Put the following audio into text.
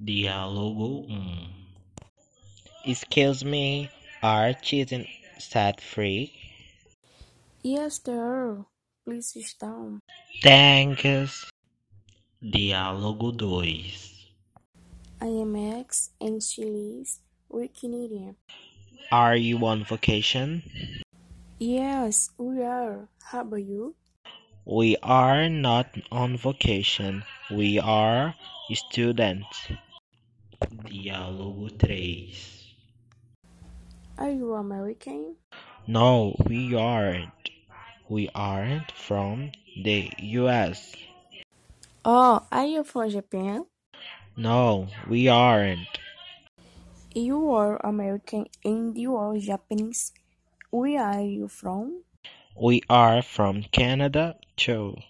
Dialogo um. 1 Excuse me, are children set free? Yes, there are. Please sit down. Thanks. Dialogo 2 I am Max, and she is. We're Canadian. Are you on vacation? Yes, we are. How about you? We are not on vacation. We are students. Dialogo 3 Are you American? No, we aren't. We aren't from the US. Oh, are you from Japan? No, we aren't. You are American and you are Japanese. Where are you from? We are from Canada too.